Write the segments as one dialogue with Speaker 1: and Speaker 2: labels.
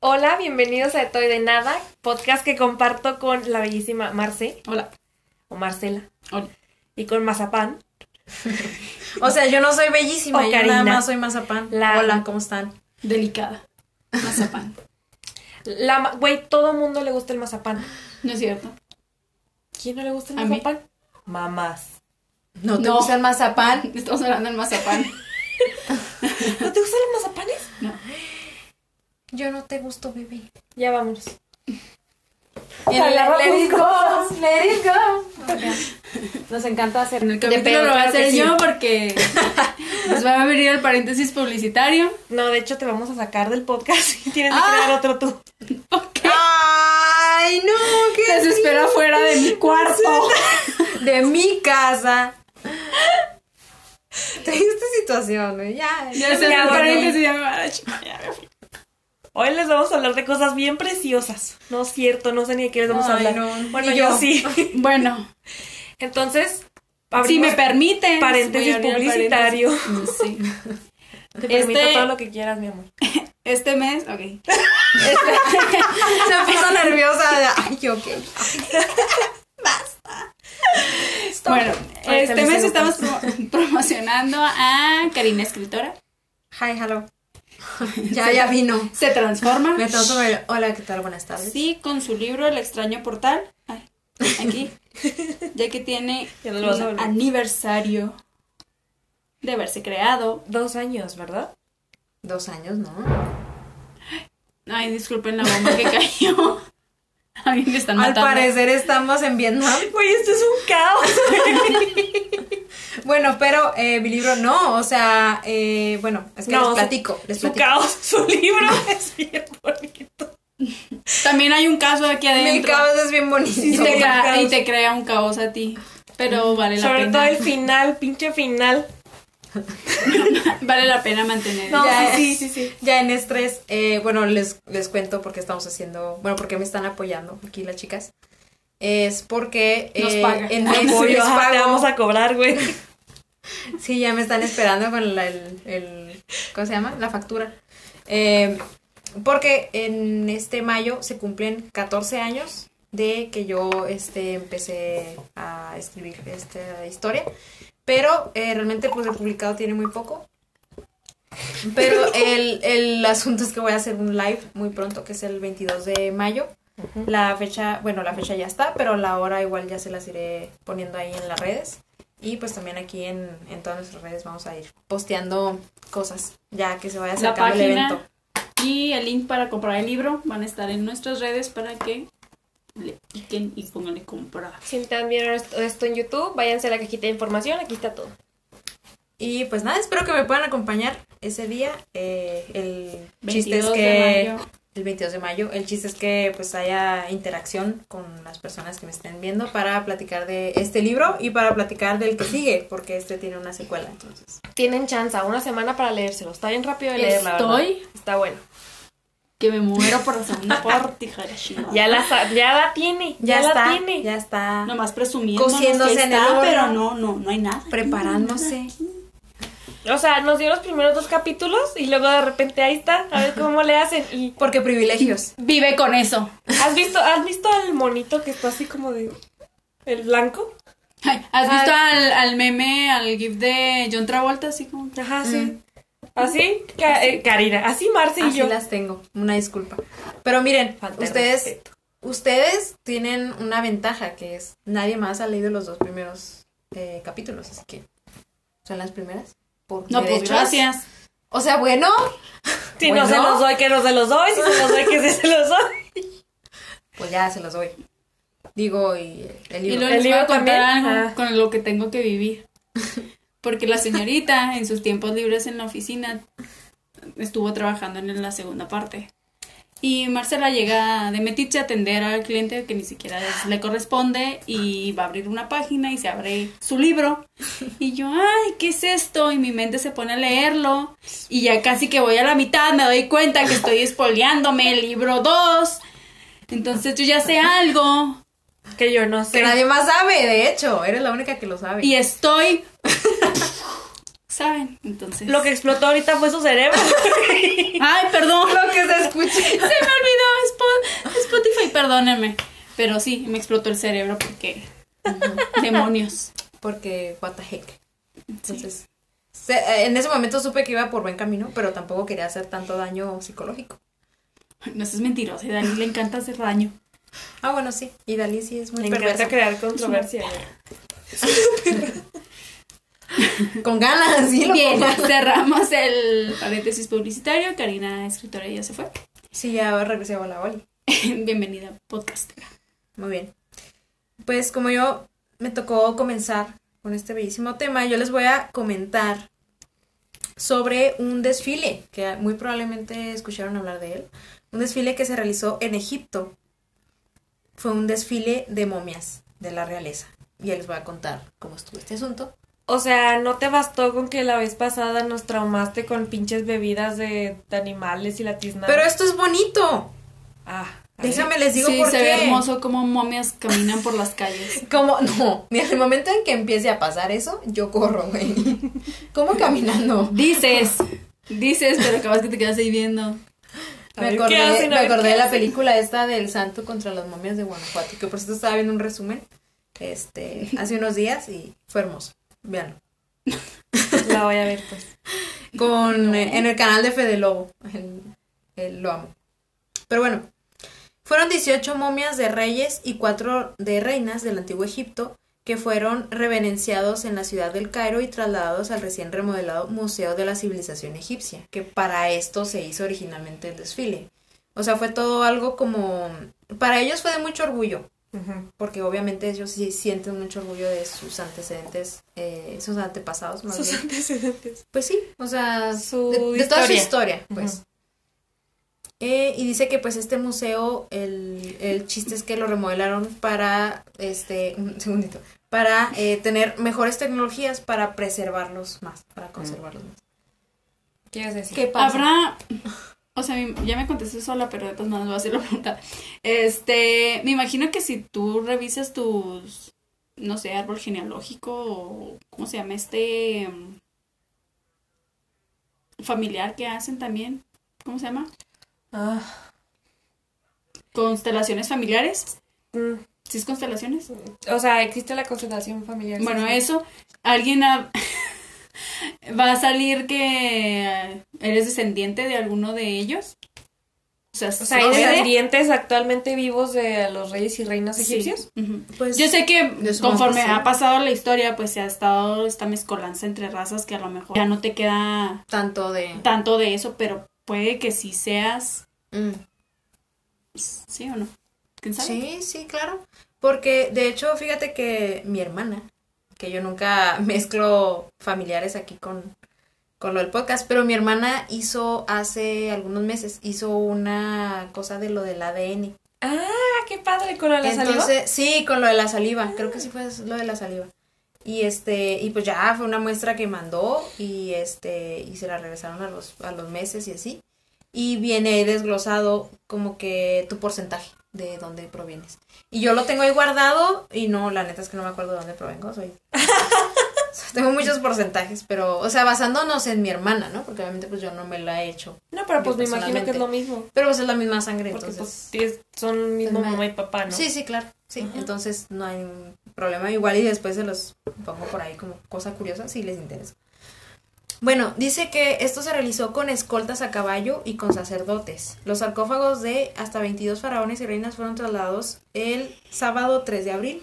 Speaker 1: Hola, bienvenidos a De Todo y de Nada, podcast que comparto con la bellísima Marce
Speaker 2: Hola.
Speaker 1: o Marcela
Speaker 2: Hola.
Speaker 1: y con Mazapán.
Speaker 3: O sea, yo no soy bellísima,
Speaker 1: O
Speaker 3: yo
Speaker 1: Karina.
Speaker 3: nada más soy mazapán.
Speaker 1: La-
Speaker 3: Hola, ¿cómo están?
Speaker 2: Delicada. Mazapán.
Speaker 1: La, ma- güey, todo mundo le gusta el mazapán.
Speaker 2: No es cierto.
Speaker 1: ¿Quién no le gusta
Speaker 2: A
Speaker 1: el
Speaker 2: mí.
Speaker 1: mazapán? Mamás.
Speaker 3: No te
Speaker 2: no.
Speaker 3: gusta-
Speaker 2: el mazapán. Estamos hablando del mazapán.
Speaker 1: ¿No te gustan los mazapanes?
Speaker 2: No.
Speaker 3: Yo no te gusto, bebé.
Speaker 1: Ya vámonos.
Speaker 3: Y en el
Speaker 1: Ojalá
Speaker 3: let it
Speaker 1: vamos.
Speaker 3: go, let it go. Nos encanta hacer.
Speaker 2: En el capítulo
Speaker 1: pedo,
Speaker 2: lo voy a
Speaker 1: claro que
Speaker 2: hacer
Speaker 1: sí.
Speaker 2: yo porque nos va a venir el paréntesis publicitario.
Speaker 1: No, de hecho te vamos a sacar del podcast y tienes que
Speaker 2: Ah.
Speaker 1: crear otro tú.
Speaker 2: Ok.
Speaker 3: Ay, no,
Speaker 2: Que se espera fuera de mi cuarto.
Speaker 3: de mi casa. Triste situación, güey. Ya.
Speaker 2: Ya se
Speaker 1: me
Speaker 2: el
Speaker 1: voy.
Speaker 2: paréntesis. Ya me va a la chingada, ya me fui.
Speaker 1: Hoy les vamos a hablar de cosas bien preciosas. No es cierto, no sé ni de qué les vamos a
Speaker 3: Ay,
Speaker 1: hablar.
Speaker 3: no.
Speaker 1: Bueno,
Speaker 3: Ni
Speaker 1: yo
Speaker 3: yo.
Speaker 1: sí.
Speaker 2: Bueno,
Speaker 1: Entonces,
Speaker 2: si
Speaker 1: abrimos
Speaker 2: me permiten.
Speaker 1: paréntesis
Speaker 2: voy a abrir el
Speaker 1: publicitario.
Speaker 2: paréntesis. Sí.
Speaker 1: Te permito
Speaker 2: Este-
Speaker 1: todo lo que quieras, mi amor.
Speaker 2: Este mes, ok.
Speaker 3: Se puso nerviosa. Ay, ok.
Speaker 2: Bueno,
Speaker 1: Ahorita
Speaker 2: este
Speaker 1: les
Speaker 2: mes
Speaker 1: digo
Speaker 2: estamos promo- promocionando a Karina Escritora.
Speaker 3: Hi, hello. Ya, ya vino.
Speaker 2: Se transforma.
Speaker 3: Me tengo sobre- Hola, ¿qué tal? Buenas tardes.
Speaker 2: Sí, con su libro El extraño portal. Ay, aquí. Ya que tiene
Speaker 1: Ya nos lo vas a
Speaker 2: un
Speaker 1: volver.
Speaker 2: aniversario de haberse creado.
Speaker 1: Dos años, ¿verdad?
Speaker 3: Dos años, ¿no?
Speaker 2: Ay, disculpen la bomba que cayó. A mí me están
Speaker 3: Al
Speaker 2: matando.
Speaker 3: parecer estamos en Vietnam.
Speaker 1: Güey, esto es un caos.
Speaker 3: Bueno, pero eh, mi libro no, o sea, eh, bueno, es que
Speaker 1: No, su-
Speaker 3: les platico, les
Speaker 1: Su
Speaker 3: platico.
Speaker 1: caos, su libro es bien bonito.
Speaker 2: También hay un caso aquí
Speaker 3: Mi
Speaker 2: adentro.
Speaker 3: caos es bien bonito.
Speaker 2: Y, te
Speaker 1: Sí,
Speaker 2: crea,
Speaker 1: caos.
Speaker 2: y te crea un caos a ti. Pero vale la
Speaker 1: Sobre
Speaker 2: pena.
Speaker 1: todo el final, pinche final.
Speaker 2: Vale la pena mantener.
Speaker 1: No,
Speaker 3: Ya
Speaker 1: sí,
Speaker 3: es.
Speaker 1: sí, sí, sí.
Speaker 3: Ya en estrés, eh, bueno, les, les cuento por qué estamos haciendo, bueno, por qué me están apoyando aquí las chicas. Es porque
Speaker 2: Nos
Speaker 3: eh,
Speaker 2: paga.
Speaker 3: en
Speaker 1: Te
Speaker 3: mes
Speaker 1: apoyo,
Speaker 3: les
Speaker 1: ajá, te
Speaker 3: pago.
Speaker 1: vamos a cobrar, güey.
Speaker 3: Sí, ya me están esperando con la, el, el- ¿cómo se llama? La factura. Eh, porque en este mayo se cumplen 14 años de que yo este, empecé a escribir esta historia. Pero eh, realmente pues el publicado tiene muy poco. Pero el, el asunto es que voy a hacer un live muy pronto, que es el 22 de mayo. La fecha, bueno, la fecha ya está, pero la hora igual ya se las iré poniendo ahí en las redes. Y pues también aquí en, en todas nuestras redes vamos a ir posteando cosas, ya que se vaya
Speaker 2: La
Speaker 3: acercando el
Speaker 2: página
Speaker 3: evento.
Speaker 2: y el link para comprar el libro van a estar en nuestras redes para que le piquen y pónganle comprar.
Speaker 1: Si están viendo esto, esto en YouTube, váyanse a la cajita de información, aquí está todo.
Speaker 3: Y pues nada, espero que me puedan acompañar ese día. Eh, el chiste es
Speaker 2: 22
Speaker 3: que...
Speaker 2: de mayo.
Speaker 3: el 22 de mayo. El chiste es que pues haya interacción con las personas que me estén viendo para platicar de este libro y para platicar del que sigue, porque este tiene una secuela, entonces.
Speaker 1: Tienen chance, una semana para leérselo. Está bien rápido de leer, la verdad.
Speaker 2: Estoy
Speaker 1: Está bueno.
Speaker 2: que me muero por la segunda parte, hija de la chingada.
Speaker 1: Ya la, sa- ya la tiene, ya,
Speaker 3: Ya,
Speaker 1: la
Speaker 3: está,
Speaker 1: tiene.
Speaker 3: ya está
Speaker 2: Nomás presumiendo que
Speaker 3: Cociéndose en el
Speaker 2: está,
Speaker 3: horno.
Speaker 2: pero no, no, no hay nada.
Speaker 3: preparándose.
Speaker 1: O sea, nos dio los primeros dos capítulos y luego de repente ahí está, a ver cómo le hacen. Y
Speaker 3: Porque privilegios.
Speaker 2: Vive con eso.
Speaker 1: ¿Has visto, has visto al monito que está así como de el blanco?
Speaker 2: Ay, ¿Has visto al, al meme, al gif de John Travolta? Así como.
Speaker 1: Ajá, sí. Así, Ca- eh, Karina, así Marce y
Speaker 3: Mm. Así
Speaker 1: yo.
Speaker 3: las tengo, una disculpa. Pero miren,
Speaker 1: Falta de
Speaker 3: ustedes
Speaker 1: respeto.
Speaker 3: ustedes tienen una ventaja que es nadie más ha leído los dos primeros eh, capítulos, así que son las primeras. Por
Speaker 2: No, pues
Speaker 3: derechos.
Speaker 2: gracias.
Speaker 3: O sea, bueno,
Speaker 1: Si
Speaker 3: Bueno.
Speaker 1: no se los doy, que no se los doy. Si se los doy, que sí se los doy.
Speaker 3: pues ya se los doy. Digo, y el
Speaker 2: Y
Speaker 3: libro.
Speaker 2: luego les voy
Speaker 1: libro
Speaker 2: a contar
Speaker 1: también.
Speaker 2: algo
Speaker 1: Ah.
Speaker 2: con lo que tengo que vivir. Porque la señorita, en sus tiempos libres en la oficina, estuvo trabajando en la segunda parte. Y Marcela llega de metiche a atender al cliente que ni siquiera es- le corresponde y va a abrir una página y se abre su libro. Y yo, ay, ¿qué es esto? Y mi mente se pone a leerlo. Y ya casi que voy a la mitad, me doy cuenta que estoy espoleándome el libro 2. Entonces yo ya sé algo,
Speaker 1: Que yo no
Speaker 3: Que
Speaker 1: sé.
Speaker 3: nadie más sabe, de hecho, eres la única que lo sabe.
Speaker 2: y estoy. ¿Saben? Entonces.
Speaker 1: Lo que explotó ahorita fue su cerebro.
Speaker 2: Ay, perdón.
Speaker 3: lo que se escucha.
Speaker 2: Se me perdónenme. Pero sí, me explotó el cerebro porque. Demonios.
Speaker 3: Porque, what the heck. Entonces, se- eh, en ese momento supe que iba por buen camino, pero tampoco quería hacer tanto daño psicológico.
Speaker 2: No, eso es mentiroso. y A Dani le encanta hacer daño.
Speaker 3: Ah, bueno, sí. Y Dalí sí es
Speaker 1: Me
Speaker 3: muy
Speaker 1: encanta
Speaker 3: perversa.
Speaker 1: crear controversia.
Speaker 3: Con ganas, sí. lo
Speaker 2: Bien,
Speaker 3: pongo.
Speaker 2: cerramos el paréntesis publicitario. Karina, escritora, ya se fue.
Speaker 3: Sí, ya regresé a la Oli.
Speaker 2: Bienvenida, podcast.
Speaker 3: Muy bien. Pues como yo me tocó comenzar con este bellísimo tema, yo les voy a comentar sobre un desfile que muy probablemente escucharon hablar de él. Un desfile que se realizó en Egipto. Fue un desfile de momias de la realeza. Y ya les voy a contar cómo estuvo este asunto.
Speaker 1: O sea, ¿no te bastó con que la vez pasada nos traumaste con pinches bebidas de, de animales y la tiznada?
Speaker 3: Pero esto es bonito.
Speaker 1: Ah, a ver.
Speaker 3: Déjame les digo
Speaker 2: sí,
Speaker 3: por
Speaker 2: se
Speaker 3: qué.
Speaker 2: ve hermoso como momias caminan por las calles.
Speaker 3: Como, no, mira, el momento en que empiece a pasar eso, yo corro, güey. ¿Cómo caminando?
Speaker 2: Dices, dices, pero acabas que te quedas ahí viendo.
Speaker 1: A
Speaker 3: Me
Speaker 1: ver,
Speaker 3: acordé,
Speaker 1: ¿qué hacen? A
Speaker 3: me
Speaker 1: ver, ¿qué
Speaker 3: acordé de la
Speaker 1: hacen?
Speaker 3: película esta del santo contra las momias de Guanajuato, que por cierto estaba viendo un resumen este, hace unos días y fue hermoso. Veanlo.
Speaker 1: La voy a ver, pues.
Speaker 3: Con, eh, en el canal de Fede Lobo. El, el- lo amo. Pero bueno, fueron 18 momias de reyes y 4 de reinas del antiguo Egipto que fueron reverenciados en la ciudad del Cairo y trasladados al recién remodelado Museo de la Civilización Egipcia, que para esto se hizo originalmente el desfile. O sea, fue todo algo como... Para ellos fue de mucho orgullo,
Speaker 1: Ujú.
Speaker 3: porque obviamente ellos sí sienten mucho orgullo de sus antecedentes, eh, sus antepasados más
Speaker 1: Sus
Speaker 3: bien.
Speaker 1: antecedentes.
Speaker 3: Pues sí, o sea,
Speaker 1: Su
Speaker 3: de, de toda su
Speaker 1: historia.
Speaker 3: historia, pues.
Speaker 1: Ujú.
Speaker 3: Eh, y dice que pues este museo, el, el chiste es que lo remodelaron para, este, un segundito, para eh, tener mejores tecnologías para preservarlos más, para conservarlos más.
Speaker 1: ¿Qué ibas a decir?
Speaker 3: ¿Qué pasa?
Speaker 2: Habrá. O sea, mi- ya me contesté sola, pero de todas maneras voy a hacer la pregunta. Este, me imagino que si tú revisas tus, no sé, árbol genealógico o cómo se llama este em, familiar que hacen también, ¿cómo se llama?
Speaker 1: Ah,
Speaker 2: Constelaciones familiares.
Speaker 1: mm.
Speaker 2: ¿Sí es constelaciones?
Speaker 1: O sea, existe la constelación familiar.
Speaker 2: Bueno,
Speaker 1: Sí.
Speaker 2: eso, alguien ha- va a salir que eres descendiente de alguno de ellos. O sea,
Speaker 1: O sea, hay
Speaker 2: sucede.
Speaker 1: descendientes actualmente vivos de los reyes y reinas
Speaker 2: Sí.
Speaker 1: egipcios.
Speaker 2: Ujú.
Speaker 3: Pues,
Speaker 2: Yo sé que
Speaker 3: de eso
Speaker 2: conforme
Speaker 3: no pasó.
Speaker 2: ha pasado la historia, pues se ha estado esta mezcolanza entre razas que a lo mejor ya no te queda
Speaker 3: tanto de...
Speaker 2: tanto de eso, pero puede que sí seas, pues,
Speaker 3: Mm.
Speaker 2: sí o no. ¿Quién sabe?
Speaker 3: Sí, sí, claro. Porque de hecho, fíjate que mi hermana, que yo nunca mezclo familiares aquí con, con lo del podcast, pero mi hermana hizo hace algunos meses, hizo una cosa de lo del ADN.
Speaker 1: Ah, qué padre con lo de la saliva.
Speaker 3: Entonces, sí, con lo de la saliva, creo que sí fue lo de la saliva. Y este, y pues ya fue una muestra que mandó y este, y se la regresaron a los, a los meses y así. Y viene ahí desglosado como que tu porcentaje de dónde provienes. Y yo lo tengo ahí guardado y no, la neta es que no me acuerdo de dónde provengo, soy. Tengo muchos porcentajes, pero, o sea, basándonos en mi hermana, ¿no? Porque obviamente pues yo no me la he hecho.
Speaker 1: No, pero pues
Speaker 3: yo
Speaker 1: me imagino que es
Speaker 3: personalmente.
Speaker 1: lo mismo.
Speaker 3: Pero pues es la misma sangre,
Speaker 1: Porque
Speaker 3: entonces.
Speaker 1: pues tienes- son mismo
Speaker 3: Pues,
Speaker 1: mamá y papá, ¿no?
Speaker 3: Sí, sí, claro. Sí, entonces no hay ningún problema. Igual y después se los pongo por ahí como cosa curiosa si les interesa. Bueno, dice que esto se realizó con escoltas a caballo y con sacerdotes. Los sarcófagos de hasta 22 faraones y reinas fueron trasladados el sábado 3 de abril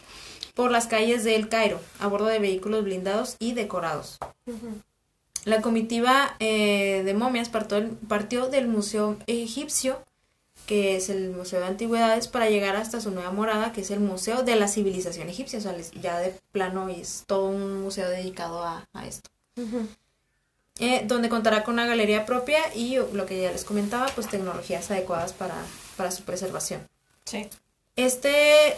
Speaker 3: por las calles del Cairo, a bordo de vehículos blindados y decorados.
Speaker 1: Ujú.
Speaker 3: La comitiva eh, de momias partió, partió del Museo Egipcio, que es el Museo de Antigüedades, para llegar hasta su nueva morada, que es el Museo de la Civilización Egipcia. O sea, les- ya de plano es todo un museo dedicado a, a esto.
Speaker 1: Ujú.
Speaker 3: Eh, donde contará con una galería propia y lo que ya les comentaba, pues tecnologías adecuadas para, para su preservación.
Speaker 1: Sí.
Speaker 3: Este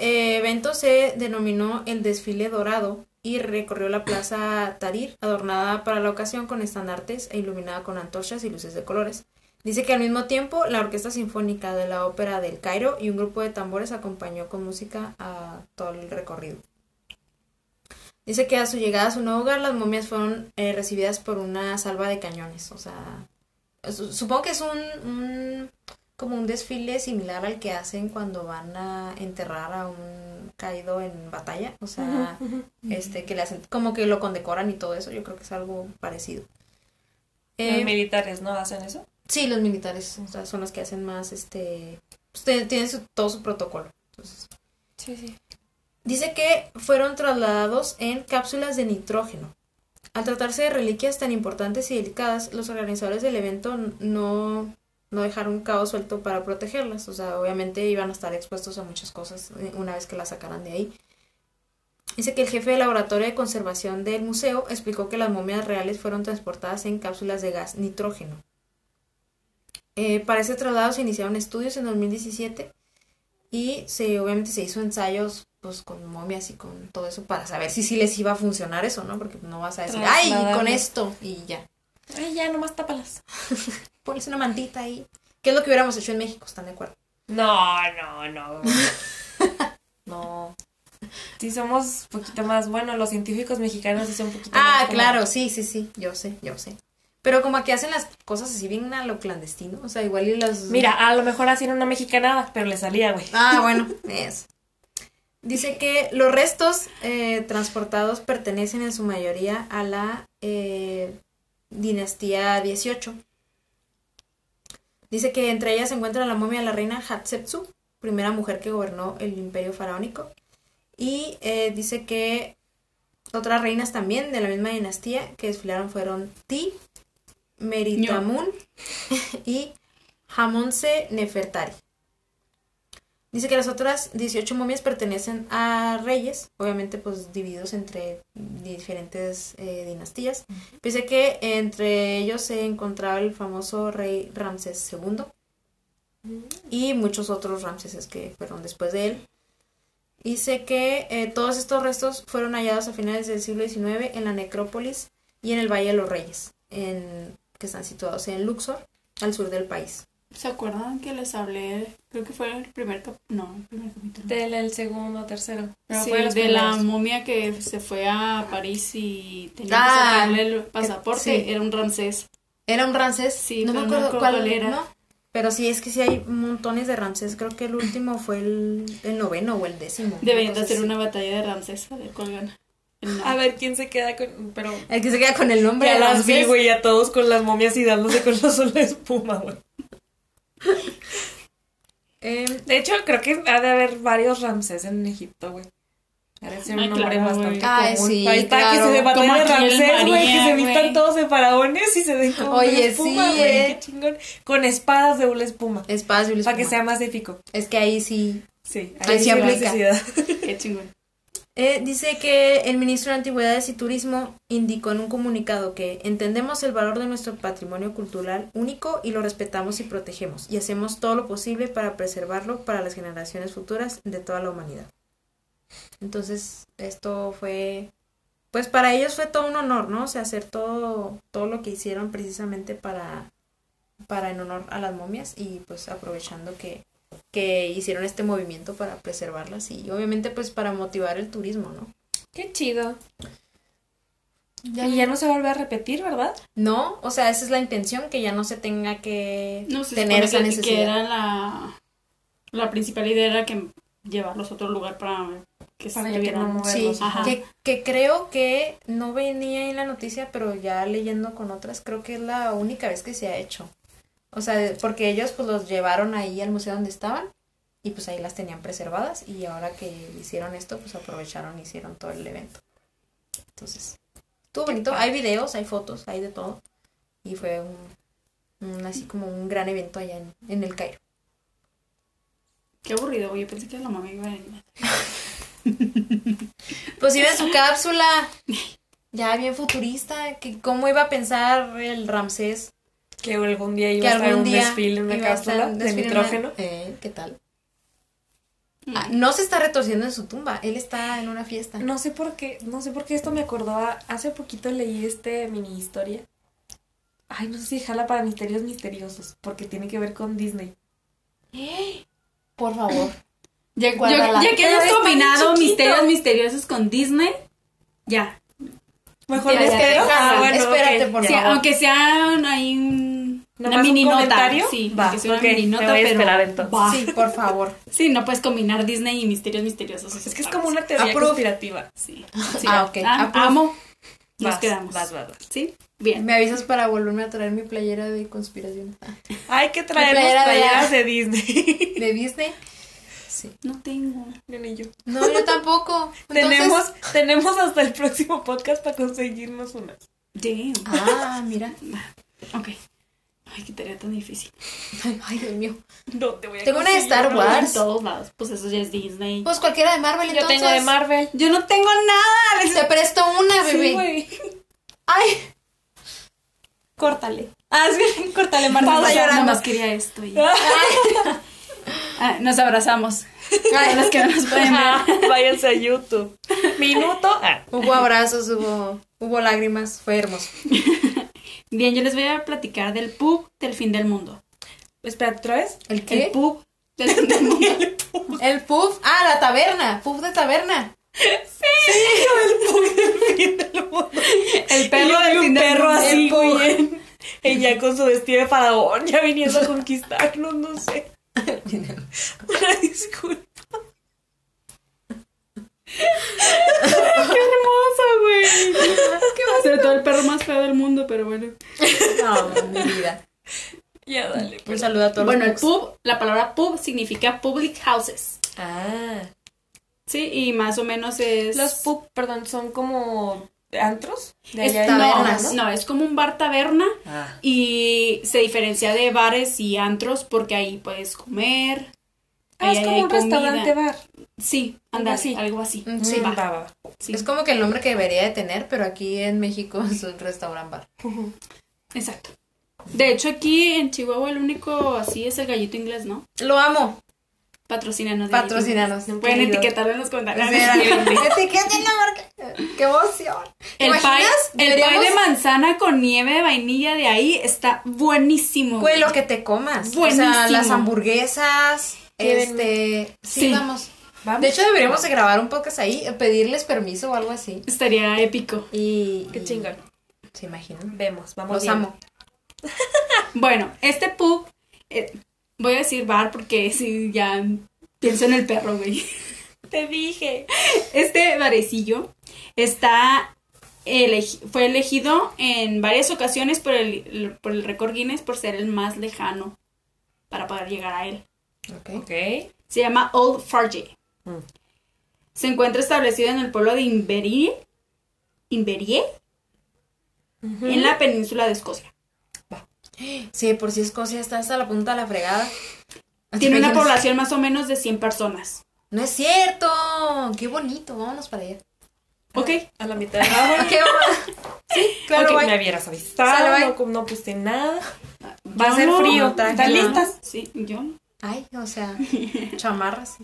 Speaker 3: eh, evento se denominó el Desfile Dorado y recorrió la plaza Tahrir, adornada para la ocasión con estandartes e iluminada con antorchas y luces de colores. Dice que al mismo tiempo la Orquesta Sinfónica de la Ópera del Cairo y un grupo de tambores acompañó con música a todo el recorrido. Dice que a su llegada a su nuevo hogar las momias fueron eh, recibidas por una salva de cañones, o sea, su- supongo que es un, un como un desfile similar al que hacen cuando van a enterrar a un caído en batalla, o sea, este que le hacen como que lo condecoran y todo eso, yo creo que es algo parecido.
Speaker 1: Los
Speaker 3: Eh,
Speaker 1: militares no hacen eso.
Speaker 3: sí, los militares, o sea, son los que hacen más este pues, te- tienen su- todo su protocolo. Entonces,
Speaker 1: Sí, sí.
Speaker 3: Dice que fueron trasladados en cápsulas de nitrógeno. Al tratarse de reliquias tan importantes y delicadas, los organizadores del evento no, no dejaron cabo suelto para protegerlas. O sea, obviamente iban a estar expuestos a muchas cosas eh, una vez que las sacaran de ahí. Dice que el jefe del laboratorio de conservación del museo explicó que las momias reales fueron transportadas en cápsulas de gas nitrógeno. Eh, para ese traslado se iniciaron estudios en 2017 y se, obviamente se hizo ensayos pues con momias y con todo eso para saber si sí les iba a funcionar eso, ¿no? Porque no vas a decir, ay, con
Speaker 1: Trasladarlo.
Speaker 3: esto y ya.
Speaker 1: Ay, ya, nomás tápalas.
Speaker 3: Pones una mantita ahí. ¿Qué es lo que hubiéramos hecho en México? ¿Están de acuerdo?
Speaker 1: No, no, no.
Speaker 3: No.
Speaker 1: Sí, somos poquito más. Bueno, los científicos mexicanos sí son un poquito más.
Speaker 3: Ah,
Speaker 1: como-
Speaker 3: claro, sí, sí, sí, yo sé, yo sé. Pero como que hacen las cosas así bien a lo clandestino, o sea, igual y las...
Speaker 1: Mira, a lo mejor hacían una mexicanada, pero le salía, güey.
Speaker 3: Ah, bueno, es. Dice que los restos eh, transportados pertenecen en su mayoría a la eh, dinastía 18. Dice que entre ellas se encuentra la momia de la reina Hatshepsut, primera mujer que gobernó el imperio faraónico. Y eh, dice que otras reinas también de la misma dinastía que desfilaron fueron Ti, Meritamun y Hamonse Nefertari. Dice que las otras 18 momias pertenecen a reyes, obviamente pues divididos entre diferentes eh, dinastías. Dice que entre ellos se encontraba el famoso rey Ramsés II y muchos otros Ramseses que fueron después de él. Dice que eh, todos estos restos fueron hallados a finales del siglo XIX en la necrópolis y en el Valle de los Reyes, en- que están situados en Luxor, al sur del país.
Speaker 2: ¿Se acuerdan que les hablé? Creo que fue el primer cap- No, el primer capítulo.
Speaker 1: Del el segundo, tercero. Pero
Speaker 2: Sí,
Speaker 1: fue
Speaker 2: de
Speaker 1: los
Speaker 2: la
Speaker 1: primeros.
Speaker 2: momia que se fue a París y tenía
Speaker 3: Ah,
Speaker 2: que sacarle el pasaporte.
Speaker 3: sí.
Speaker 2: Era un Ramsés.
Speaker 3: Era un Ramsés,
Speaker 2: Sí, pero no me acuerdo cuál era.
Speaker 3: ¿no? Pero sí, es que sí hay montones de Ramsés. Creo que el último fue el, el noveno o el décimo.
Speaker 2: Deberían de
Speaker 3: Entonces,
Speaker 2: hacer una batalla de Ramsés. A ver cuál gana. El nombre.
Speaker 1: A ver quién se queda con. Pero.
Speaker 3: El que se queda con el nombre
Speaker 1: ya
Speaker 3: de
Speaker 1: las vi,
Speaker 3: Ramsés.
Speaker 1: güey, a todos con las momias y dándose con la sola espuma, güey.
Speaker 3: Eh,
Speaker 1: De hecho, creo que ha de haber varios Ramsés en Egipto, güey. Ha de ser
Speaker 2: Ay,
Speaker 1: un nombre
Speaker 2: claro,
Speaker 1: bastante
Speaker 2: güey.
Speaker 3: Ay,
Speaker 1: común.
Speaker 3: sí,
Speaker 1: Ahí está,
Speaker 3: claro.
Speaker 1: que se dé batalla
Speaker 2: Como
Speaker 1: de
Speaker 2: aquí el
Speaker 1: Ramsés, güey, que
Speaker 2: María,
Speaker 1: se vistan
Speaker 2: güey.
Speaker 1: todos de faraones y se den con
Speaker 3: Oye,
Speaker 1: hule espuma,
Speaker 3: sí,
Speaker 1: güey,
Speaker 3: eh.
Speaker 1: qué chingón. Con espadas de hule espuma,
Speaker 3: espacio y
Speaker 1: para que
Speaker 3: espuma.
Speaker 1: sea más épico.
Speaker 3: Es que ahí sí.
Speaker 1: Sí,
Speaker 3: Ahí sí
Speaker 1: hay
Speaker 3: aplica.
Speaker 1: necesidad.
Speaker 2: Qué chingón.
Speaker 3: Eh, dice que el ministro de Antigüedades y Turismo indicó en un comunicado que entendemos el valor de nuestro patrimonio cultural único y lo respetamos y protegemos y hacemos todo lo posible para preservarlo para las generaciones futuras de toda la humanidad. Entonces, esto fue, pues para ellos fue todo un honor, ¿no? O sea, hacer todo, todo lo que hicieron precisamente para, para en honor a las momias y pues aprovechando que, que hicieron este movimiento para preservarlas y obviamente pues para motivar el turismo, ¿no?
Speaker 1: Qué chido. y ya no se vuelve a repetir, ¿verdad?
Speaker 3: No, o sea, esa es la intención, que ya no se tenga que
Speaker 2: No se
Speaker 3: tener esa
Speaker 2: supone que, que
Speaker 3: necesidad.
Speaker 2: era la, la principal idea era que llevarlos a otro lugar para que
Speaker 1: Para que
Speaker 2: estuvieran-
Speaker 1: no
Speaker 3: Sí,
Speaker 1: moverlos, ajá.
Speaker 3: que, que creo que no venía en la noticia, pero ya leyendo con otras, creo que es la única vez que se ha hecho. O sea, porque ellos pues los llevaron ahí al museo donde estaban y pues ahí las tenían preservadas y ahora que hicieron esto, pues aprovecharon y hicieron todo el evento. Entonces, estuvo bonito. Hay videos, hay fotos, hay de todo. Y fue un, un- así como un gran evento allá en, en el Cairo.
Speaker 2: Qué aburrido. Yo pensé que la mamá iba a venir.
Speaker 3: Pues iba en su cápsula. Ya bien futurista, que cómo iba a pensar el Ramsés
Speaker 1: Que algún día iba
Speaker 3: que
Speaker 1: a estar
Speaker 3: algún
Speaker 1: un
Speaker 3: día
Speaker 1: desfile en una
Speaker 3: iba a estar
Speaker 1: cápsula
Speaker 3: un
Speaker 1: de
Speaker 3: desfile en
Speaker 1: nitrógeno.
Speaker 3: una- Eh, ¿Qué tal? Ah, no se está retorciendo en su tumba, él está en una fiesta.
Speaker 1: Mm. No sé por qué, no sé por qué esto me acordó a, hace poquito leí este mini historia. Ay, no sé si jala para misterios misteriosos, porque tiene que ver con Disney.
Speaker 3: Por favor.
Speaker 2: Ya,
Speaker 3: Guárdala.
Speaker 2: ya- ya que
Speaker 1: Pero
Speaker 2: hemos
Speaker 1: está bien
Speaker 2: combinado
Speaker 1: chiquito.
Speaker 2: misterios misteriosos con Disney, ya.
Speaker 1: Mejor
Speaker 3: Tienes
Speaker 1: me
Speaker 3: que
Speaker 1: espero.
Speaker 3: dejarla,
Speaker 1: Ah, bueno,
Speaker 3: espérate,
Speaker 1: ok.
Speaker 3: por
Speaker 2: Sí,
Speaker 3: favor.
Speaker 2: aunque sea ahí un Una
Speaker 1: ¿Nomás un
Speaker 2: mini nota,
Speaker 1: comentario?
Speaker 2: sí,
Speaker 1: Va,
Speaker 2: que sea una
Speaker 1: ok,
Speaker 2: mini nota,
Speaker 1: me voy a
Speaker 2: pero-
Speaker 1: esperar entonces.
Speaker 2: Va.
Speaker 3: Sí,
Speaker 1: Ah.
Speaker 3: por favor.
Speaker 2: Sí, no puedes combinar Disney y misterios misteriosos.
Speaker 1: Pues Es que es como una teoría
Speaker 3: Approve.
Speaker 1: conspirativa.
Speaker 2: Sí. sí.
Speaker 3: Ah, ok. Approve.
Speaker 2: amo. Nos
Speaker 1: pues Vas,
Speaker 2: quedamos.
Speaker 1: vas, vas, vas.
Speaker 2: ¿Sí? Bien.
Speaker 3: Me avisas para volverme a traer mi playera de conspiración.
Speaker 1: Hay que traer las
Speaker 3: playera de la-
Speaker 1: playeras de Disney.
Speaker 3: ¿De Disney? Sí.
Speaker 2: No tengo.
Speaker 1: Bien, y yo.
Speaker 3: No, yo tampoco. Entonces-
Speaker 1: Tenemos, tenemos hasta el próximo podcast para conseguirnos unas.
Speaker 2: Damn.
Speaker 3: Ah, mira.
Speaker 2: Ok. Ay, qué tarea tan difícil.
Speaker 3: Ay, Dios mío.
Speaker 1: No, te voy a
Speaker 3: Tengo una de
Speaker 1: conseguir
Speaker 3: Star
Speaker 1: una.
Speaker 2: Pero
Speaker 3: Wars.
Speaker 2: En todos lados. Pues eso ya es Disney.
Speaker 3: Pues cualquiera de Marvel,
Speaker 1: Yo
Speaker 3: entonces.
Speaker 1: tengo de Marvel.
Speaker 2: Yo no tengo nada. les-
Speaker 3: Te presto una, bebé.
Speaker 1: Sí, güey.
Speaker 3: Ay,
Speaker 1: Córtale. Ah, sí, córtale, Marta.
Speaker 2: Pausa,
Speaker 1: está llorando.
Speaker 2: Nada más quería esto. y- Ah, nos abrazamos.
Speaker 3: Ay.
Speaker 2: Para los que no nos pueden ver.
Speaker 1: Ah, váyanse a YouTube. Minuto. Ah.
Speaker 3: hubo abrazos, hubo, hubo lágrimas. Fue hermoso.
Speaker 2: Bien, yo les voy a platicar del pub del fin del mundo.
Speaker 1: Espera, ¿otra vez?
Speaker 3: ¿El
Speaker 2: El pub del fin del mundo.
Speaker 3: El puff. Ah, la taberna. Puff de taberna.
Speaker 2: El
Speaker 1: Y
Speaker 2: perro
Speaker 1: yo vi
Speaker 2: del
Speaker 1: un
Speaker 2: fin del
Speaker 1: perro
Speaker 2: mundo.
Speaker 1: así,
Speaker 2: El pub.
Speaker 1: güey. Ella con su vestido de faraón, ya viniendo a conquistarnos, no sé. Una disculpa.
Speaker 2: hermoso, güey. Sobre todo el perro más feo del mundo, pero bueno.
Speaker 3: No, mi vida.
Speaker 1: Ya dale. pues.
Speaker 3: Un saludo a todos
Speaker 2: Bueno, el
Speaker 3: los
Speaker 2: pub, la palabra pub significa public houses.
Speaker 1: Ah.
Speaker 2: Sí, y más o menos es.
Speaker 1: Los pub, perdón, son como antros. De
Speaker 2: es-
Speaker 1: allá de-
Speaker 2: no,
Speaker 3: tabernas,
Speaker 2: no, es como un bar taberna
Speaker 1: Ah.
Speaker 2: y se diferencia de bares y antros porque ahí puedes comer.
Speaker 1: Ah, es
Speaker 2: ahí hay
Speaker 1: como un
Speaker 2: comida.
Speaker 1: restaurante bar.
Speaker 2: Sí,
Speaker 1: Algo
Speaker 2: anda
Speaker 1: así.
Speaker 2: así, algo así.
Speaker 3: Mm, Sí.
Speaker 2: Va,
Speaker 1: Va, va, va.
Speaker 2: sí.
Speaker 3: Es como que el nombre que debería de tener, pero aquí en México es un restaurante bar.
Speaker 2: Exacto. De hecho, aquí en Chihuahua el único así es el gallito inglés, ¿no?
Speaker 3: Lo amo.
Speaker 2: Patrocínanos. gallito
Speaker 3: Patrocinanos.
Speaker 2: inglés. Pueden etiquetarlo en los comentarios.
Speaker 3: Pues Etiquétenlo porque... ¡Qué emoción! ¿Te
Speaker 2: El pie,
Speaker 3: imaginas?
Speaker 2: el pie de
Speaker 3: Deberíamos-
Speaker 2: manzana con nieve de vainilla de ahí está buenísimo.
Speaker 3: Güey, Pues lo que te comas. O sea,
Speaker 2: Buenísimo.
Speaker 3: las hamburguesas.
Speaker 1: Qué
Speaker 3: Este. Sí,
Speaker 2: Sí.
Speaker 3: vamos.
Speaker 1: Vamos.
Speaker 3: De hecho, deberíamos de grabar un podcast ahí, eh, pedirles permiso o algo así.
Speaker 2: Estaría épico.
Speaker 3: Y.
Speaker 1: Qué
Speaker 3: y-
Speaker 1: chingón.
Speaker 3: ¿Se imaginan?
Speaker 1: Vemos, vamos
Speaker 3: Los
Speaker 1: bien.
Speaker 3: amo.
Speaker 2: Bueno, este pub, eh, voy a decir bar porque si ya pienso en el perro, güey.
Speaker 1: Te dije.
Speaker 2: Este barecillo está elegi- fue elegido en varias ocasiones por el, el- por el récord Guinness por ser el más lejano para poder llegar a él.
Speaker 3: Ok.
Speaker 1: Ok.
Speaker 2: Se llama Old Farge.
Speaker 1: Mm.
Speaker 2: Se encuentra establecido en el pueblo de Inverie, Inverie en la península de Escocia.
Speaker 3: Sí, de por si Escocia está hasta la punta de la fregada.
Speaker 2: Tiene una
Speaker 3: Imagínense.
Speaker 2: población más o menos de 100 personas.
Speaker 3: No es cierto. Qué bonito. Vámonos para allá.
Speaker 2: Ok,
Speaker 1: A la mitad. Ah, bueno.
Speaker 3: Qué bueno. Sí, claro,
Speaker 1: Ok,
Speaker 3: bye.
Speaker 1: me hubieras avisado.
Speaker 3: Sale, bye.
Speaker 1: no, com- no puse nada.
Speaker 2: va
Speaker 1: a ser frío, ¿están listas?
Speaker 2: Sí, yo.
Speaker 3: Ay, o sea, chamarras.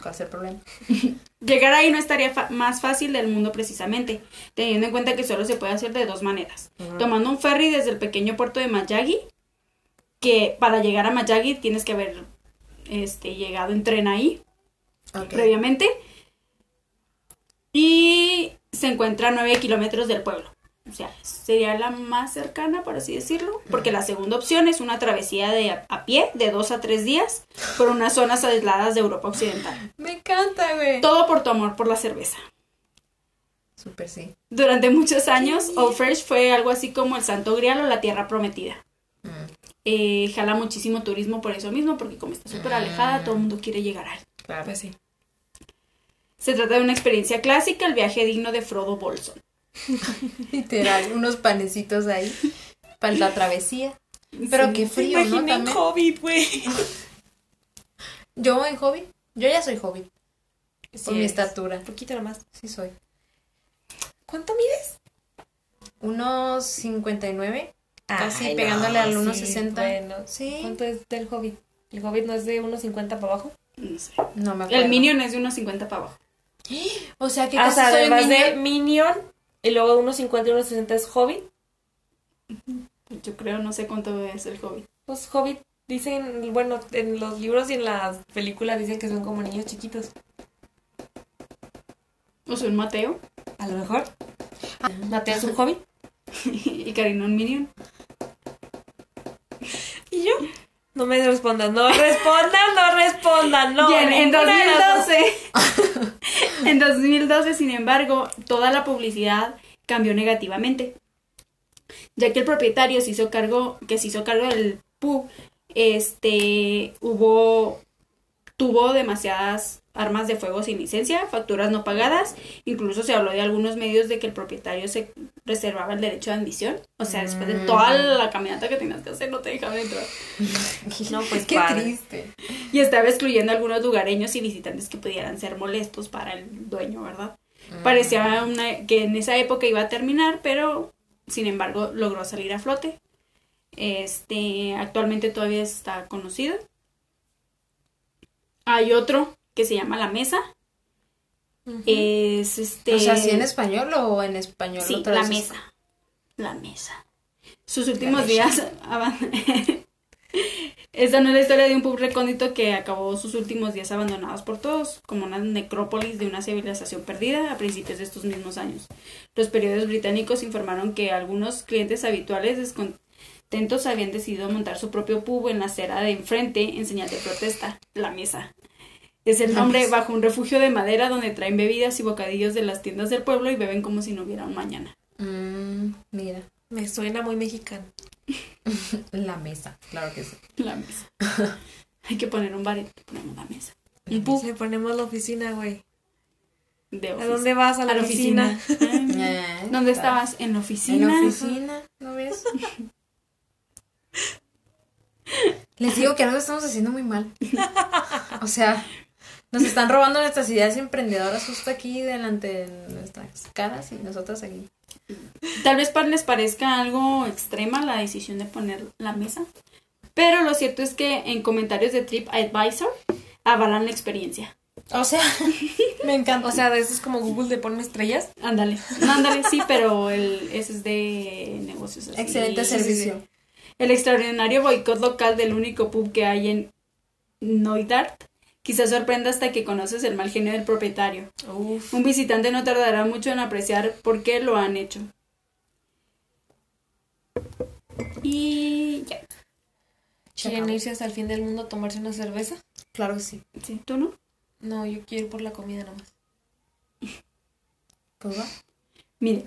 Speaker 3: ¿Cuál es el problema?
Speaker 2: Llegar ahí no estaría fa- más fácil del mundo precisamente, teniendo en cuenta que solo se puede hacer de dos maneras. Tomando un ferry desde el pequeño puerto de Mayagi, que para llegar a Mayagi tienes que haber este, llegado en tren ahí
Speaker 3: Ok.
Speaker 2: previamente. Y se encuentra a 9 kilómetros del pueblo. O sea, sería la más cercana, por así decirlo, porque la segunda opción es una travesía de a- a pie de dos a tres días por unas zonas aisladas de Europa Occidental.
Speaker 3: Me encanta, güey.
Speaker 2: Todo por tu amor por la cerveza.
Speaker 3: Súper sí.
Speaker 2: Durante muchos años, Old Fresh fue algo así como el Santo Grial o la Tierra Prometida.
Speaker 3: Mm,
Speaker 2: Eh, jala muchísimo turismo por eso mismo, porque como está súper
Speaker 3: Mm.
Speaker 2: alejada, todo el mundo quiere llegar ahí.
Speaker 3: claro.
Speaker 1: Pues sí.
Speaker 2: Se trata de una experiencia clásica, el viaje digno de Frodo Bolson.
Speaker 3: Literal, unos panecitos ahí para la travesía. Pero qué frío, ¿no?
Speaker 1: Imaginé
Speaker 3: También.
Speaker 1: COVID, güey.
Speaker 3: Yo en hobby, yo ya soy hobby, por mi estatura,
Speaker 1: Un poquito nomás.
Speaker 3: sí soy.
Speaker 1: ¿Cuánto mides?
Speaker 3: Unos 59, Casi pegándole al 1.60.
Speaker 1: Bueno,
Speaker 3: Sí.
Speaker 1: ¿Cuánto es del Hobbit? ¿El Hobbit no es de 1.50 para abajo?
Speaker 2: No sé.
Speaker 3: no me acuerdo.
Speaker 2: El Minion es de unos 50 para abajo.
Speaker 3: O sea, que
Speaker 1: Ah, o
Speaker 3: casi
Speaker 1: sea,
Speaker 3: soy un
Speaker 1: además de
Speaker 3: minion.
Speaker 1: Minion y luego 1.50 y 1.60 es Hobbit.
Speaker 2: Yo creo, no sé cuánto es el Hobbit.
Speaker 1: Pues Hobbit dicen, bueno, en los libros y en las películas dicen que son como niños chiquitos.
Speaker 2: O sea, un Mateo
Speaker 1: A lo mejor. Ah. Mateo es un Hobbit.
Speaker 2: y Karina un Minion.
Speaker 1: y yo. No me respondan, no respondan, no respondan, no.
Speaker 2: Y en, en
Speaker 1: ninguna de las dos.
Speaker 2: 2012, en 2012, sin embargo, toda la publicidad cambió negativamente, ya que el propietario se hizo cargo, que se hizo cargo del PUB, este, hubo, tuvo demasiadas armas de fuego sin licencia, facturas no pagadas, incluso se habló de algunos medios de que el propietario se reservaba el derecho de admisión, o sea, después de toda
Speaker 1: Mm.
Speaker 2: la caminata que tenías que hacer, no te dejaban entrar.
Speaker 1: No, pues
Speaker 3: Qué
Speaker 1: padre.
Speaker 3: triste.
Speaker 2: Y estaba excluyendo a algunos lugareños y visitantes que pudieran ser molestos para el dueño, ¿verdad?
Speaker 3: Mm.
Speaker 2: Parecía una- que en esa época iba a terminar, pero sin embargo logró salir a flote. Este, actualmente todavía está conocido. Hay otro que se llama La Mesa.
Speaker 1: Ujú.
Speaker 2: Es este.
Speaker 3: O sea, ¿sí en español o en español
Speaker 2: Sí,
Speaker 3: otra
Speaker 2: La
Speaker 3: vez?
Speaker 2: Mesa. La Mesa. Sus últimos
Speaker 3: mesa.
Speaker 2: días. aban- Esta no es la historia de un pub recóndito que acabó sus últimos días abandonados por todos, como una necrópolis de una civilización perdida a principios de estos mismos años. Los periódicos británicos informaron que algunos clientes habituales descontentos habían decidido montar su propio pub en la acera de enfrente en señal de protesta, la mesa. Es el
Speaker 3: La
Speaker 2: nombre
Speaker 3: Mesa.
Speaker 2: bajo un refugio de madera donde traen bebidas y bocadillos de las tiendas del pueblo y beben como si no hubiera un mañana.
Speaker 3: Mm, mira,
Speaker 1: Me suena muy mexicano.
Speaker 3: la mesa, claro que sí.
Speaker 2: La mesa. Hay que poner un bar y ponemos la mesa.
Speaker 1: Y puf, le ponemos la oficina, güey.
Speaker 2: De
Speaker 1: ¿A
Speaker 2: oficina.
Speaker 1: dónde vas? A la, oficina.
Speaker 3: Eh,
Speaker 2: ¿Dónde
Speaker 3: está.
Speaker 2: estabas? En la
Speaker 3: En
Speaker 2: oficina.
Speaker 3: la oficina, ¿no ves? Les digo que algo estamos haciendo muy mal. O sea, nos están robando nuestras ideas emprendedoras justo aquí delante de nuestras caras y nosotras aquí.
Speaker 2: Tal vez pa- les parezca algo extrema la decisión de poner la mesa. Pero lo cierto es que en comentarios de TripAdvisor avalan la experiencia.
Speaker 3: O sea, me encanta.
Speaker 1: O sea, de esos como Google de ponme estrellas.
Speaker 2: Ándale, ándale, sí, pero el, ese es de negocios. así.
Speaker 3: excelente
Speaker 2: Sí, sí, sí.
Speaker 3: servicio.
Speaker 2: El extraordinario boicot local del único pub que hay en Noidart quizás sorprenda hasta que conoces el mal genio del propietario.
Speaker 1: Uf.
Speaker 2: Un visitante no tardará mucho en apreciar por qué lo han hecho. Y ya.
Speaker 1: ¿Quieren irse hasta el fin del mundo a tomarse una cerveza?
Speaker 3: Claro que sí.
Speaker 2: Sí, ¿Tú no?
Speaker 1: No, yo quiero ir por la comida nomás.
Speaker 3: Pues va.
Speaker 2: Mire.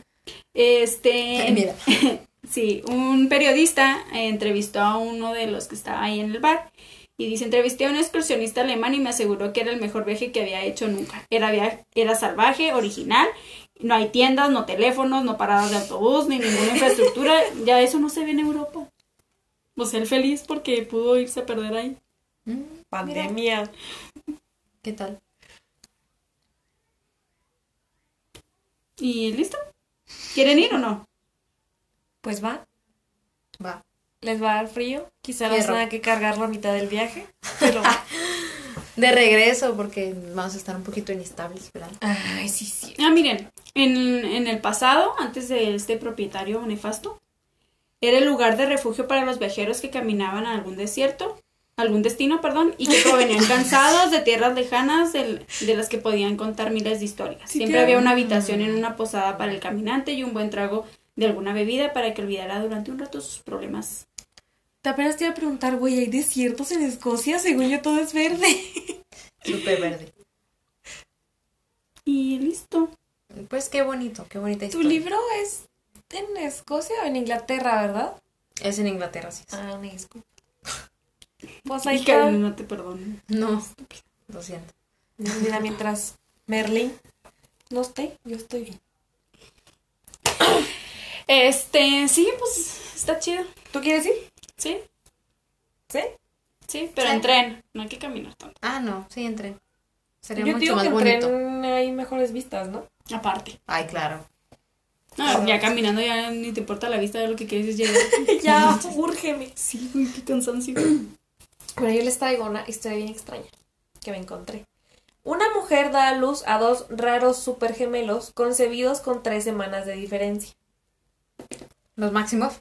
Speaker 1: Eh,
Speaker 2: Este.
Speaker 3: Mira.
Speaker 2: Sí, un periodista eh, entrevistó a uno de los que estaba ahí en el bar y dice, entrevisté a un excursionista alemán y me aseguró que era el mejor viaje que había hecho nunca. Era, via- era salvaje, original, no hay tiendas, no teléfonos, no paradas de autobús, ni ninguna infraestructura. ya eso no se ve en Europa. O sea, él feliz porque pudo irse a perder ahí.
Speaker 3: Mm,
Speaker 1: Pandemia.
Speaker 3: ¿Qué tal?
Speaker 2: ¿Y listo? ¿Quieren ir o no?
Speaker 1: Pues va.
Speaker 3: Va.
Speaker 1: Les va a dar frío. Quizá les
Speaker 3: Fierro.
Speaker 1: tenga que cargar la mitad del viaje. Pero.
Speaker 3: De regreso, porque vamos a estar un poquito inestables, ¿verdad?
Speaker 1: Ay, sí, sí.
Speaker 2: Ah, miren, en, en el pasado, antes de este propietario nefasto, era el lugar de refugio para los viajeros que caminaban a algún desierto, algún destino, perdón, y que provenían cansados de tierras lejanas del- de las que podían contar miles de historias.
Speaker 1: Sí,
Speaker 2: Siempre
Speaker 1: claro.
Speaker 2: había una habitación en una posada para el caminante y un buen trago de alguna bebida para que olvidara durante un rato sus problemas.
Speaker 1: Te apenas te iba a preguntar, güey, ¿hay desiertos en Escocia? Según yo todo es verde.
Speaker 3: Súper verde.
Speaker 2: Y listo.
Speaker 3: Pues qué bonito, qué bonita
Speaker 1: Tu
Speaker 3: historia.
Speaker 1: libro es en Escocia o en Inglaterra, ¿verdad?
Speaker 3: Es en Inglaterra, sí. es.
Speaker 1: Ah, una disculpa. Pues ahí
Speaker 2: Y
Speaker 1: está.
Speaker 2: que no te perdono.
Speaker 3: No, lo siento.
Speaker 1: Mira, mientras Merlin no esté, yo estoy bien.
Speaker 2: Este, sí, pues está chido.
Speaker 1: ¿Tú quieres ir?
Speaker 2: Sí,
Speaker 1: ¿Sí?
Speaker 2: sí, pero
Speaker 3: Sí.
Speaker 2: en tren. No hay que caminar tanto.
Speaker 3: Ah, no, sí, en tren. Sería
Speaker 1: yo
Speaker 3: mucho
Speaker 1: digo
Speaker 3: más
Speaker 1: que en
Speaker 3: bonito.
Speaker 1: tren hay mejores vistas, ¿no?
Speaker 2: Aparte.
Speaker 3: Ay, claro.
Speaker 2: No, ya caminando ya ni te importa la vista de lo que quieres es llegar.
Speaker 1: ya, úrgeme.
Speaker 2: Sí, güey, qué cansancio.
Speaker 1: Bueno, yo les traigo una historia bien extraña que me encontré. Una mujer da a luz a dos raros supergemelos concebidos con tres semanas de diferencia.
Speaker 3: Los máximos.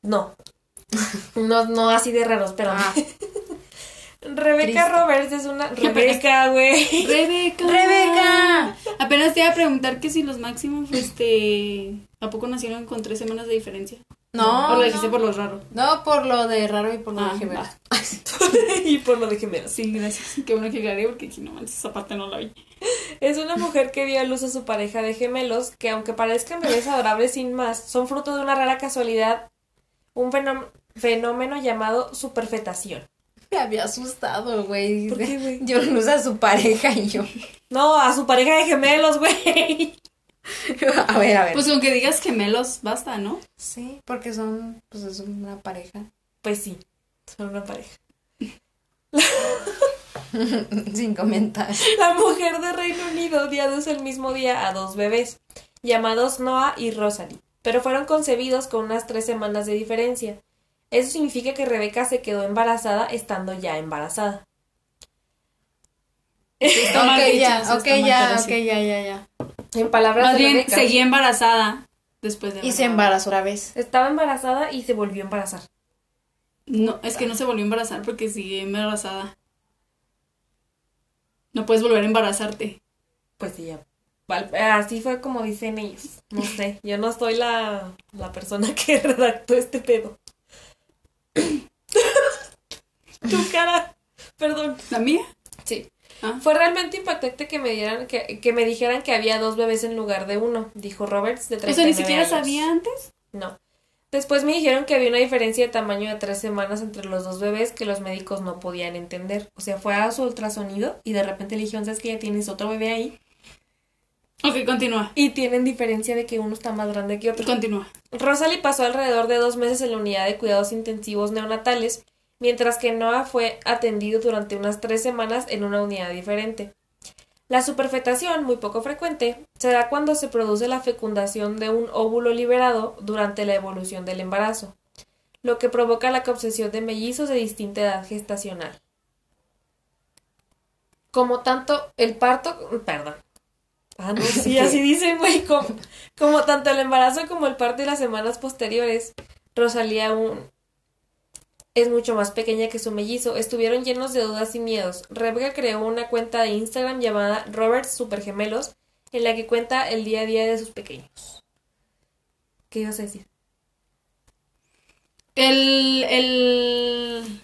Speaker 1: No. No, no así de raros, pero.
Speaker 3: Ah,
Speaker 1: Rebeca
Speaker 3: Triste.
Speaker 1: Roberts es una. Rebeca, güey.
Speaker 2: Rebeca.
Speaker 3: Rebeca.
Speaker 2: Apenas te iba a preguntar que si los máximos, este, ¿a poco nacieron con tres semanas de diferencia?
Speaker 3: No,
Speaker 2: o lo
Speaker 3: no.
Speaker 2: dijiste por los raros.
Speaker 3: No, por lo de raro y por lo
Speaker 2: Ah,
Speaker 3: de gemelos.
Speaker 1: y por lo de gemelos.
Speaker 2: Sí, gracias. Qué bueno que aclaré porque aquí no manches, esa parte no la vi.
Speaker 1: Es una mujer que dio a luz a su pareja de gemelos que, aunque parezcan bebés adorables sin más, son fruto de una rara casualidad, un fenó- fenómeno llamado superfetación.
Speaker 3: Me había asustado, güey.
Speaker 1: ¿Por qué, güey?
Speaker 3: Yo no usa a su pareja y yo.
Speaker 1: No, a su pareja de gemelos, güey.
Speaker 3: A ver, a ver.
Speaker 2: Pues aunque digas gemelos, basta, ¿no?
Speaker 3: sí, porque son, pues es una pareja.
Speaker 1: Pues sí, son una pareja.
Speaker 3: Sin comentar.
Speaker 1: La mujer de Reino Unido dio a luz el mismo día a dos bebés, llamados Noah y Rosalie, pero fueron concebidos con unas tres semanas de diferencia. Eso significa que Rebeca se quedó embarazada estando ya embarazada.
Speaker 2: Está mal
Speaker 3: ok,
Speaker 2: dicho,
Speaker 3: ya,
Speaker 2: sí, está
Speaker 3: ok,
Speaker 2: mal
Speaker 3: ya,
Speaker 2: dicho,
Speaker 3: ok,
Speaker 2: sí.
Speaker 3: ya, ya, ya.
Speaker 1: En palabras
Speaker 2: Más
Speaker 1: de
Speaker 2: bien,
Speaker 1: Rebeca,
Speaker 2: seguí embarazada después de...
Speaker 3: Y se
Speaker 2: embarazó.
Speaker 3: embarazó la vez.
Speaker 1: estaba embarazada y se volvió a embarazar.
Speaker 2: No, es que no se volvió a embarazar porque sigue embarazada. No puedes volver a embarazarte.
Speaker 1: Pues sí, ya. Val- Así fue como dicen ellos. No sé, yo no soy la, la persona que redactó este pedo. tu cara. Perdón.
Speaker 2: ¿La mía?
Speaker 1: Sí.
Speaker 2: Ah.
Speaker 1: Fue realmente impactante que me dieran que, que me dijeran que había dos bebés en lugar de uno, dijo Roberts de
Speaker 2: ¿Eso ni
Speaker 1: 39
Speaker 2: siquiera
Speaker 1: años.
Speaker 2: sabía antes?
Speaker 1: No. Después me dijeron que había una diferencia de tamaño de tres semanas entre los dos bebés que los médicos no podían entender. O sea, fue a su ultrasonido y de repente le dijeron, ¿sabes que ya tienes otro bebé ahí?
Speaker 2: Ok, continúa.
Speaker 1: Y tienen diferencia de que uno está más grande que otro.
Speaker 2: Continúa.
Speaker 1: Rosalie pasó alrededor de dos meses en la unidad de cuidados intensivos neonatales, mientras que Noah fue atendido durante unas tres semanas en una unidad diferente. La superfetación, muy poco frecuente, se da cuando se produce la fecundación de un óvulo liberado durante la evolución del embarazo, lo que provoca la concesión de mellizos de distinta edad gestacional. Como tanto el parto, perdón. Ah, no, sí, así dicen, güey, como- como tanto el embarazo como el parto y las semanas posteriores, Rosalía aún es mucho más pequeña que su mellizo. Estuvieron llenos de dudas y miedos. Rebeca creó una cuenta de Instagram llamada Roberts Supergemelos, en la que cuenta el día a día de sus pequeños. ¿Qué ibas a decir?
Speaker 2: El, el...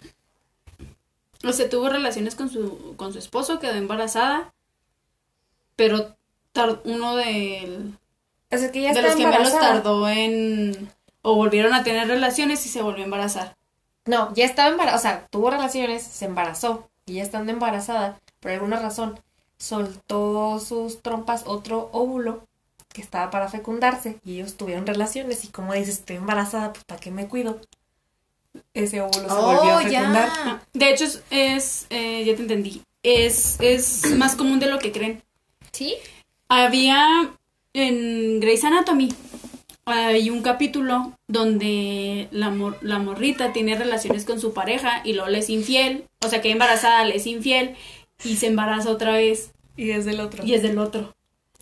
Speaker 2: O sea, tuvo relaciones con su, con su esposo, quedó embarazada, pero tar- uno del-
Speaker 1: O sea, que ya
Speaker 2: de
Speaker 1: está
Speaker 2: los gemelos
Speaker 1: embarazada.
Speaker 2: tardó en... o volvieron a tener relaciones y se volvió a embarazar.
Speaker 1: No, ya estaba embarazada. O sea, tuvo relaciones, se embarazó. Y ya estando embarazada, por alguna razón, soltó sus trompas otro óvulo que estaba para fecundarse. Y ellos tuvieron relaciones. Y como dices, estoy embarazada, pues ¿para qué me cuido? Ese óvulo se
Speaker 3: Oh,
Speaker 1: volvió a fecundar.
Speaker 2: Ah, De hecho, es... es, eh, ya te entendí. Es, es más común de lo que creen.
Speaker 1: ¿Sí?
Speaker 2: Había en Grey's Anatomy hay un capítulo donde la, mor- la morrita tiene relaciones con su pareja y luego le es infiel, o sea que embarazada le es infiel y se embaraza otra vez
Speaker 1: Y es del otro.
Speaker 2: y es del otro.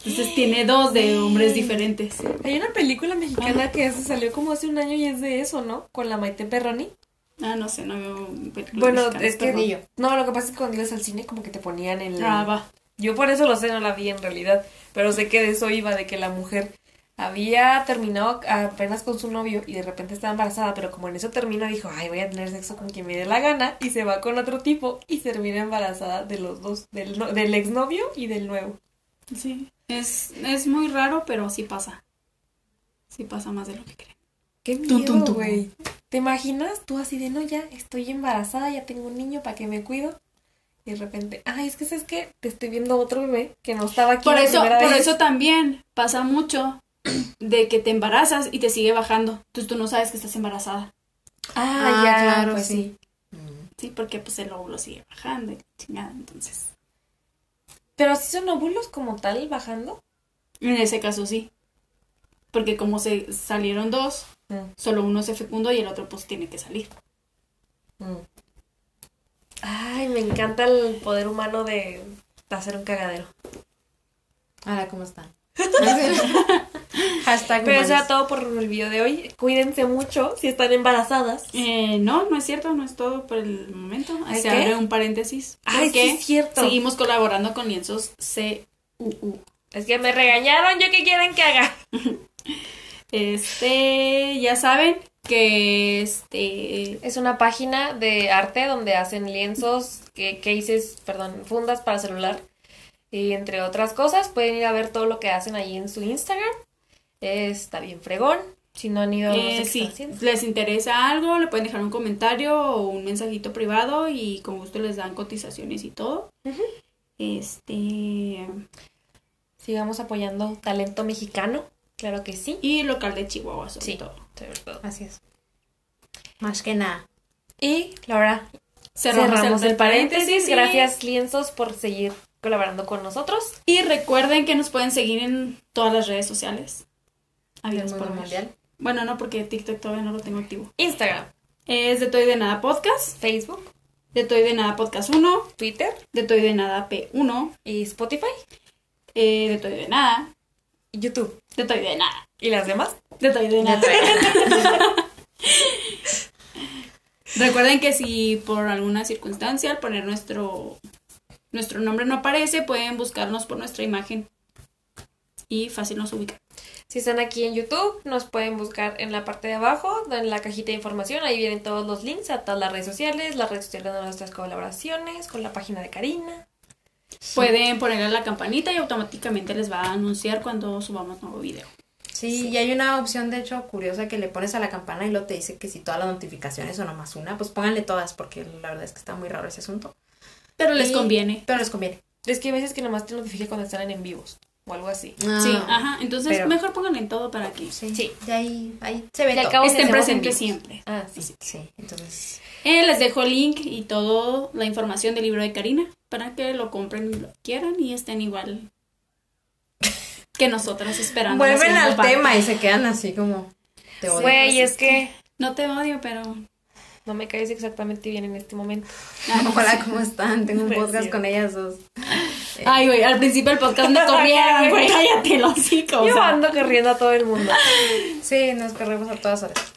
Speaker 2: Entonces tiene dos de hombres diferentes.
Speaker 1: Hay una película mexicana que se salió como hace un año y es de eso, ¿no? Con la Maite Perroni.
Speaker 2: Ah, no sé, no veo películas
Speaker 1: Bueno,
Speaker 2: mexicanas,
Speaker 1: es que...
Speaker 2: perdón.
Speaker 3: ni yo.
Speaker 1: No, lo que pasa es que cuando ibas al cine como que te ponían el...
Speaker 2: Ah, va.
Speaker 1: Yo por eso lo sé, no la vi en realidad, pero sé que de eso iba, de que la mujer había terminado apenas con su novio y de repente estaba embarazada, pero como en eso terminó dijo, ay, voy a tener sexo con quien me dé la gana y se va con otro tipo y termina embarazada de los dos, del, no- del exnovio y del nuevo.
Speaker 2: Sí. Es, es muy raro, pero sí pasa. Sí pasa más de lo que creen.
Speaker 1: ¡Qué
Speaker 2: Tum, tum,
Speaker 1: miedo,
Speaker 2: tum.
Speaker 1: güey! ¿Te imaginas? Tú así de, no, ya estoy embarazada, ya tengo un niño, ¿para qué me cuido? Y de repente, ay, es que sabes que te estoy viendo otro bebé que no estaba aquí
Speaker 2: Por
Speaker 1: la
Speaker 2: eso,
Speaker 1: primera
Speaker 2: por
Speaker 1: vez".
Speaker 2: eso también pasa mucho de que te embarazas y te sigue bajando. Entonces tú no sabes que estás embarazada.
Speaker 1: Ah,
Speaker 3: Ah,
Speaker 1: ya,
Speaker 3: claro,
Speaker 1: pues
Speaker 3: sí.
Speaker 1: sí.
Speaker 2: Sí, porque pues el óvulo sigue bajando y la chingada. Entonces,
Speaker 1: Pero si son óvulos como tal bajando.
Speaker 2: en ese caso sí. Porque como se salieron dos,
Speaker 1: Mm.
Speaker 2: solo uno se fecundó y el otro pues tiene que salir.
Speaker 1: Ay, me encanta el poder humano de hacer un cagadero.
Speaker 3: Ahora, ¿cómo están? Hashtag
Speaker 1: Pero eso
Speaker 3: humanos.
Speaker 1: era todo por el video de hoy. Cuídense mucho si están embarazadas.
Speaker 2: Eh, no, no es cierto, no es todo por el momento.
Speaker 1: ¿Ay, qué?
Speaker 2: Se abre un paréntesis.
Speaker 1: Ay, sí
Speaker 2: porque
Speaker 1: es cierto.
Speaker 2: seguimos colaborando con lienzos CUU.
Speaker 1: Es que me regañaron, yo que quieren que haga.
Speaker 2: Este, ya saben, que este
Speaker 1: Es una página de arte donde hacen lienzos, que- cases, perdón, fundas para celular y entre otras cosas. Pueden ir a ver todo lo que hacen ahí en su Instagram. Eh, está bien fregón. Si no han ido, no sé
Speaker 2: eh,
Speaker 1: qué
Speaker 2: sí,
Speaker 1: están haciendo.
Speaker 2: les interesa algo, le pueden dejar un comentario o un mensajito privado y con gusto les dan cotizaciones y todo. Este
Speaker 1: Sigamos apoyando talento mexicano. Claro que sí.
Speaker 2: y local de Chihuahua sobre
Speaker 1: Sí.
Speaker 2: todo.
Speaker 1: sobre todo.
Speaker 3: Así es. Más que nada.
Speaker 1: Y Laura, cerramos, el paréntesis. Gracias, lienzos, por seguir colaborando con nosotros.
Speaker 2: Y recuerden que nos pueden seguir en todas las redes sociales.
Speaker 3: Del
Speaker 2: Habidas
Speaker 3: mundo
Speaker 2: por haber.
Speaker 3: mundial.
Speaker 2: Bueno, no, porque TikTok todavía no lo tengo activo.
Speaker 1: Instagram,
Speaker 2: Es de Toy de Nada Podcast,
Speaker 1: Facebook,
Speaker 2: de Toy de Nada Podcast 1,
Speaker 1: Twitter
Speaker 2: de Toy de Nada P1,
Speaker 1: y Spotify,
Speaker 2: eh, de Toy de Nada,
Speaker 1: y YouTube.
Speaker 2: de Toy de Nada,
Speaker 1: ¿Y las demás?
Speaker 2: de Toy de Nada. Recuerden que si por alguna circunstancia al poner nuestro, nuestro nombre no aparece, pueden buscarnos por nuestra imagen y fácil nos ubican.
Speaker 1: Si están aquí en YouTube, nos pueden buscar en la parte de abajo, en la cajita de información. Ahí vienen todos los links a todas las redes sociales, las redes sociales de nuestras colaboraciones, con la página de Karina.
Speaker 2: Pueden ponerle la campanita y automáticamente les va a anunciar cuando subamos nuevo video.
Speaker 3: Sí, y hay una opción, de hecho, curiosa que le pones a la campana y luego te dice que si todas las notificaciones o nomás una, pues pónganle todas, porque la verdad es que está muy raro ese asunto.
Speaker 2: Pero les
Speaker 3: Y-
Speaker 2: conviene.
Speaker 3: Pero les conviene.
Speaker 1: Es que hay veces que nomás te notifica cuando están en en vivos o algo así.
Speaker 2: sí, Ah. ajá. Entonces,
Speaker 3: Ah, pero-
Speaker 2: mejor pónganle en todo para que
Speaker 3: Sí.
Speaker 1: Sí.
Speaker 3: De ahí, ahí se ve
Speaker 1: Ya
Speaker 3: todo.
Speaker 1: acabo- Todos
Speaker 2: estén
Speaker 1: hacemos
Speaker 2: presentes
Speaker 1: en vivo.
Speaker 2: siempre.
Speaker 1: Ah, sí.
Speaker 3: Sí, sí, entonces.
Speaker 2: Eh, les dejo el link y toda la información del libro de Karina para que lo compren y lo quieran y estén igual que nosotras esperando. la
Speaker 3: Vuelven
Speaker 2: segunda
Speaker 3: al
Speaker 2: parte.
Speaker 3: tema y se quedan así como. Te odio.
Speaker 1: Güey, es que
Speaker 2: No te odio, pero...
Speaker 1: no me caes exactamente bien en este momento.
Speaker 3: Hola, ¿cómo están? Tengo un
Speaker 1: Pues
Speaker 3: podcast
Speaker 1: sí.
Speaker 3: con ellas dos.
Speaker 2: Ay, güey, al principio del podcast me corrieron, güey. Cállate, los hocico. o
Speaker 1: Yo
Speaker 2: sea.
Speaker 1: ando corriendo a todo el mundo.
Speaker 3: Sí, nos corremos a todas horas.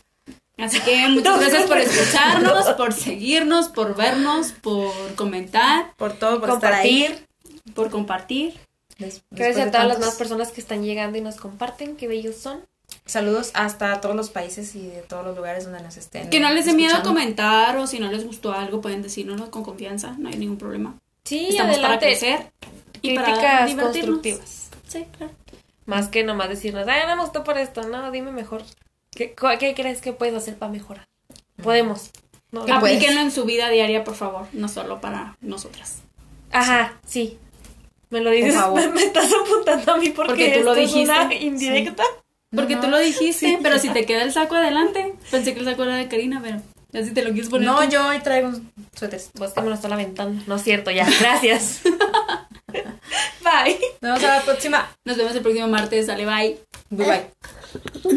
Speaker 2: Así que muchas gracias por escucharnos, por seguirnos, por vernos, por comentar,
Speaker 3: Por todo, por estar
Speaker 1: Compartir.
Speaker 3: ahí.
Speaker 2: por compartir.
Speaker 3: Des- después
Speaker 1: Gracias
Speaker 3: de
Speaker 1: a todas las
Speaker 3: tantos-
Speaker 1: nuevas personas que están llegando y nos comparten. Qué bellos son.
Speaker 3: Saludos hasta todos los países y de todos los lugares donde nos estén.
Speaker 2: Que no les dé miedo
Speaker 3: escuchando.
Speaker 2: comentar o si no les gustó algo pueden decírnoslo con confianza, no hay ningún problema.
Speaker 1: Sí,
Speaker 2: Estamos para
Speaker 1: adelante.
Speaker 2: crecer y para
Speaker 1: Críticas
Speaker 2: divertirnos.
Speaker 1: constructivas.
Speaker 2: Sí, claro.
Speaker 1: Más que nomás decirnos, ay, no me gustó por esto. No, dime mejor. ¿Qué, cu- qué crees que puedo hacer para mejorar?
Speaker 2: Mm.
Speaker 1: Podemos. No,
Speaker 3: ¿Qué
Speaker 1: ah,
Speaker 3: puedes?
Speaker 2: Aplíquenlo en su vida diaria, por favor, no solo para nosotras.
Speaker 1: Ajá, sí. Me lo dices,
Speaker 3: favor.
Speaker 1: me estás apuntando a mí porque,
Speaker 2: Porque tú lo
Speaker 1: esto es una
Speaker 2: dijiste.
Speaker 1: indirecta.
Speaker 2: Porque tú lo dijiste, pero si te queda el saco adelante, pensé que el saco era de Karina, pero ya si te lo quieres poner.
Speaker 3: No,
Speaker 2: tú.
Speaker 3: yo hoy traigo suéteres.
Speaker 1: Vos que me lo estás lamentando. No es cierto, ya. Gracias. Bye.
Speaker 3: Nos vemos a la próxima.
Speaker 2: Nos vemos el próximo martes, sale bye.
Speaker 3: Bye bye.